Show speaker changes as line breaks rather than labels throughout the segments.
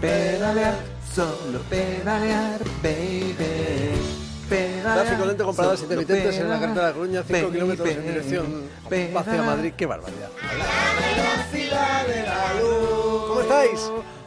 pedalear, solo pedalear, baby. Pedalear,
Tráfico lento con paradas
solo
intermitentes en la carretera de La Coruña, 5
pedalear,
kilómetros en
baby,
dirección hacia
pedalear.
Madrid. ¡Qué barbaridad!
Velocidad de la luz.
¿Cómo estáis?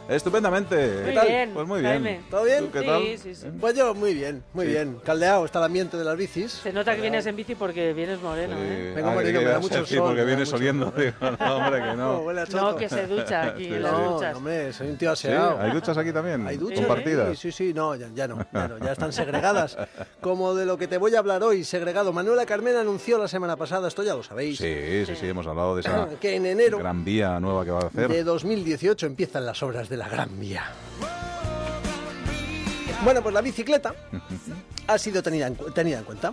Estupendamente.
Muy
¿Qué tal?
bien,
Pues muy bien.
Jaime.
¿Todo bien?
¿Tú qué
Sí,
tal? ¿Eh?
sí, sí.
Pues yo muy bien, muy
Sí.
bien. Caldeado está el ambiente de las bicis.
Se nota que vienes en bici porque vienes moreno, ¿eh?
Vengo por aquí, que me da
ibas a
mucho
decir,
sol, me
porque
da
viene
mucho
oliendo. Digo, no, hombre, que
Oh,
no.
huele a choto.
No, que se ducha aquí,
Sí,
las
sí.
No,
duchas.
hombre, soy un tío
Sí,
aseado.
¿Hay duchas aquí también?
Hay duchas.
¿Compartidas?
Sí, sí, sí, no, ya, ya no, ya no, ya están segregadas. Como de lo que te voy a hablar hoy, segregado. Manuela Carmena anunció la semana pasada, esto ya lo sabéis,
Sí, sí, sí, hemos hablado de esa
que en enero
gran vía nueva que va a hacer.
de 2018 empiezan las obras de la Gran Vía. Bueno, pues la bicicleta ha sido tenida en, cu- tenida en cuenta.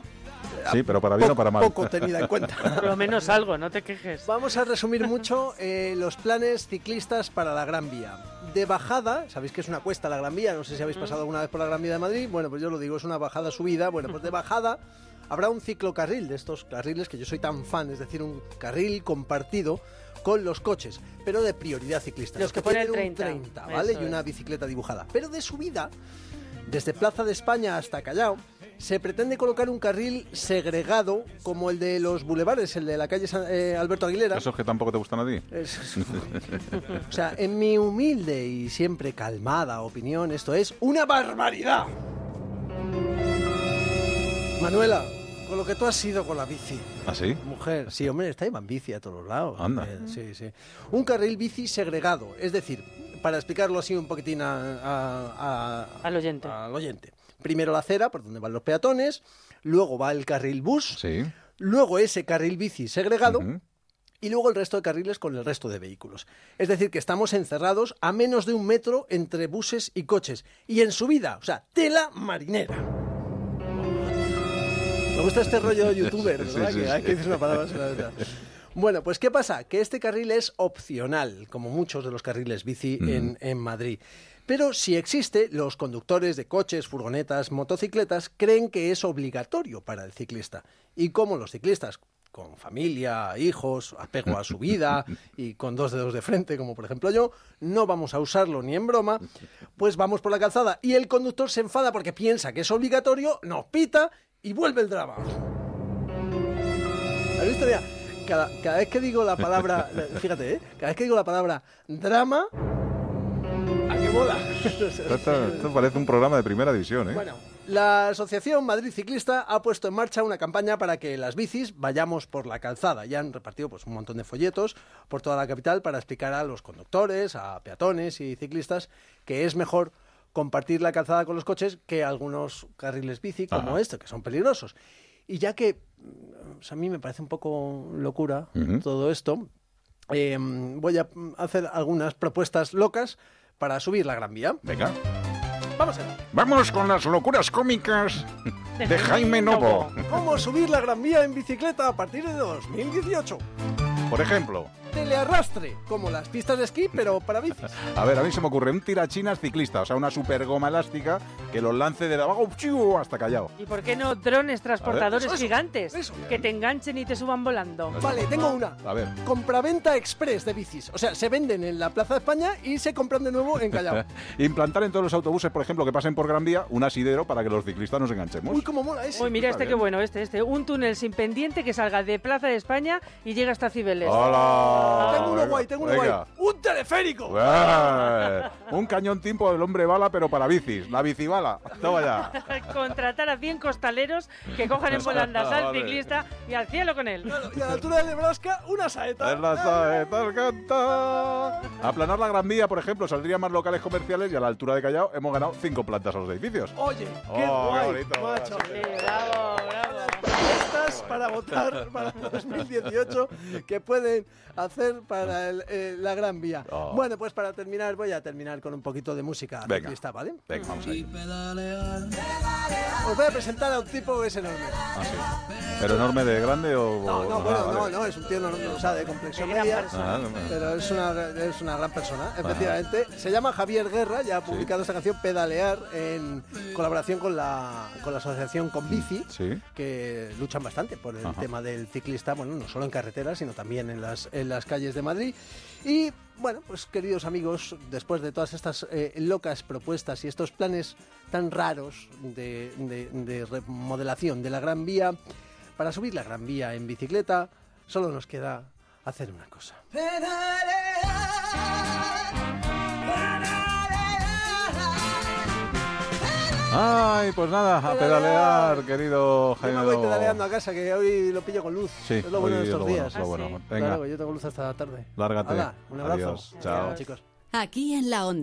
Sí, pero para bien o
Poco-
para mal.
Poco tenida en cuenta.
Por lo menos algo, no te quejes.
Vamos a resumir mucho eh, los planes ciclistas para la Gran Vía. De bajada, sabéis que es una cuesta la Gran Vía, no sé si habéis pasado alguna vez por la Gran Vía de Madrid, bueno, pues yo lo digo, es una bajada subida, bueno, pues de bajada habrá un ciclocarril de estos carriles que yo soy tan fan, es decir, un carril compartido con los coches, pero de prioridad ciclista.
Los que ponen
tienen un
30,
30, ¿vale?
eso
Y una
es.
bicicleta dibujada. Pero de subida, desde Plaza de España hasta Callao, se pretende colocar un carril segregado como el de los bulevares, el de la calle San- eh, Alberto Aguilera.
¿Esos que tampoco te gustan a ti?
Es- es- o sea, en mi humilde y siempre calmada opinión, esto es una barbaridad. Manuela, con lo que tú has sido con la bici.
¿Ah, sí?
Mujer, sí, hombre, está en bici a todos lados.
Anda.
Eh, sí, sí. Un carril bici segregado, es decir, para explicarlo así un poquitín a- a- a-
Al oyente.
Ah.
al oyente. Primero la acera, por donde van los peatones, luego va el carril bus,
Sí.
luego ese carril bici segregado,
Ujú.
y luego el resto de carriles con el resto de vehículos. Es decir, que estamos encerrados a menos de un metro entre buses y coches. Y en subida, o sea, tela marinera. Me gusta este rollo youtuber,
Sí,
¿verdad?
sí,
que,
sí.
hay que decir una palabra sobre la otra. Bueno, pues ¿qué pasa? Que este carril es opcional, como muchos de los carriles bici en, en Madrid. Pero si existe, los conductores de coches, furgonetas, motocicletas creen que es obligatorio para el ciclista. Y como los ciclistas, con familia, hijos, apego a su vida y con dos dedos de frente, como por ejemplo yo, no vamos a usarlo ni en broma, pues vamos por la calzada y el conductor se enfada porque piensa que es obligatorio, nos pita y vuelve el drama. ¿Has visto ya? Cada, cada vez que digo la palabra, fíjate, ¿eh? cada vez que digo la palabra drama, ¿a qué mola?
Esto, está- esto parece un programa de primera división, ¿eh?
Bueno, la Asociación Madrid Ciclista ha puesto en marcha una campaña para que las bicis vayamos por la calzada. Ya han repartido pues, un montón de folletos por toda la capital para explicar a los conductores, a peatones y ciclistas que es mejor compartir la calzada con los coches que algunos carriles bici como
Ajá.
este, que son peligrosos. Y ya que mm, o sea, a mí me parece un poco locura
Ujú.
todo esto, eh, voy a mm, hacer algunas propuestas locas para subir la Gran Vía.
Venga.
Vamos a ver.
Vamos con las locuras cómicas de Jaime Novo.
¿Cómo subir la Gran Vía en bicicleta a partir de 2018?
Por ejemplo,
Telearrastre, como las pistas de esquí, pero para bicis.
a ver, a mí se me ocurre un tirachinas ciclista, o sea, una super goma elástica que los lance de abajo ¡chiu! hasta callado.
¿Y por qué no drones transportadores
Eso, eso,
gigantes
eso.
que te enganchen y te suban volando?
Vale, tengo una.
Pues A ver.
Compraventa express de bicis. O sea, se venden en la Plaza de España y se compran de nuevo en Callao.
Implantar en todos los autobuses, por ejemplo, que pasen por Gran Vía, un asidero para que los ciclistas nos enganchemos.
Uy, cómo mola ese.
Uy, mira
está
este, qué
bien.
bueno, este, este. Un túnel sin pendiente que salga de Plaza de España y llega hasta Cibeles.
Ah. ¡Hala!
Tengo uno guay, tengo uno guay.
Venga.
¡Un teleférico!
¡Ué! Un cañón tipo del hombre bala, pero para bicis. La bicibala. Toma ya.
Contratar a 100 costaleros que cojan en volandas al
Vale.
ciclista y al cielo con él.
Y a la altura de Nebraska, una saeta.
Es la saeta al cantar. Aplanar la Gran Vía, por ejemplo, saldrían más locales comerciales y a la altura de Callao hemos ganado cinco plantas a los edificios.
Oye, qué
Oh, qué
guay,
bonito,
macho.
gracias.
Sí, Eh, bravo, bravo.
propuestas para votar para 2018 que pueden hacer para el, eh, la Gran Vía.
Oh.
Bueno, pues para terminar voy a terminar con un poquito de música
Venga.
ciclista, ¿vale?
Venga, vamos ahí.
Os voy a presentar a un tipo que es enorme.
Ah, sí. ¿Pero enorme de grande o...?
No, no,
ah,
bueno, no,
vale.
no, es un tío enorme, o sea, de complexión
Qué gran
media.
persona.
Ah, no, no.
Pero es una, es una gran persona, efectivamente. Se llama Javier Guerra, ya ha publicado esta canción Pedalear en colaboración con la, con la asociación Con Bici,
Sí.
que eh, luchan bastante por el
Ajá.
tema del ciclista, bueno, no solo en carreteras, sino también en las, en las calles de Madrid. Y bueno, pues queridos amigos, después de todas estas eh, locas propuestas y estos planes tan raros de, de- de remodelación de la Gran Vía, para subir la Gran Vía en bicicleta, solo nos queda hacer una cosa.
Ay, pues nada, a
Pedalear.
pedalear, querido
Yo
Jaime.
me voy
Lobo.
pedaleando a casa, que hoy lo pillo con luz.
Sí,
es lo bueno de
hoy
estos
lo
días.
es lo
Ah,
bueno.
sí.
Venga,
Claro, yo tengo luz hasta la tarde.
lárgate.
Hala, un abrazo.
Adiós, chao.
chicos.
Aquí en la onda.